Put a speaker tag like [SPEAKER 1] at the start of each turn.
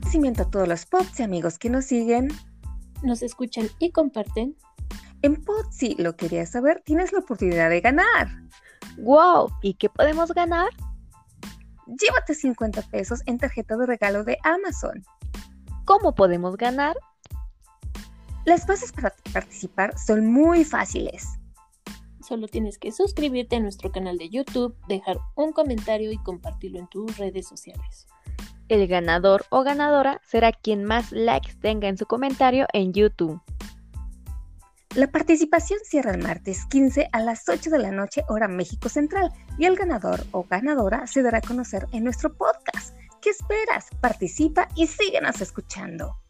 [SPEAKER 1] agradecimiento a todos los Pops y amigos que nos siguen.
[SPEAKER 2] Nos escuchan y comparten.
[SPEAKER 1] En Potsi, lo querías saber, tienes la oportunidad de ganar.
[SPEAKER 3] ¡Wow! ¿Y qué podemos ganar?
[SPEAKER 1] Llévate 50 pesos en tarjeta de regalo de Amazon.
[SPEAKER 3] ¿Cómo podemos ganar?
[SPEAKER 1] Las bases para participar son muy fáciles.
[SPEAKER 2] Solo tienes que suscribirte a nuestro canal de YouTube, dejar un comentario y compartirlo en tus redes sociales.
[SPEAKER 3] El ganador o ganadora será quien más likes tenga en su comentario en YouTube.
[SPEAKER 1] La participación cierra el martes 15 a las 8 de la noche hora México Central y el ganador o ganadora se dará a conocer en nuestro podcast. ¿Qué esperas? Participa y síguenos escuchando.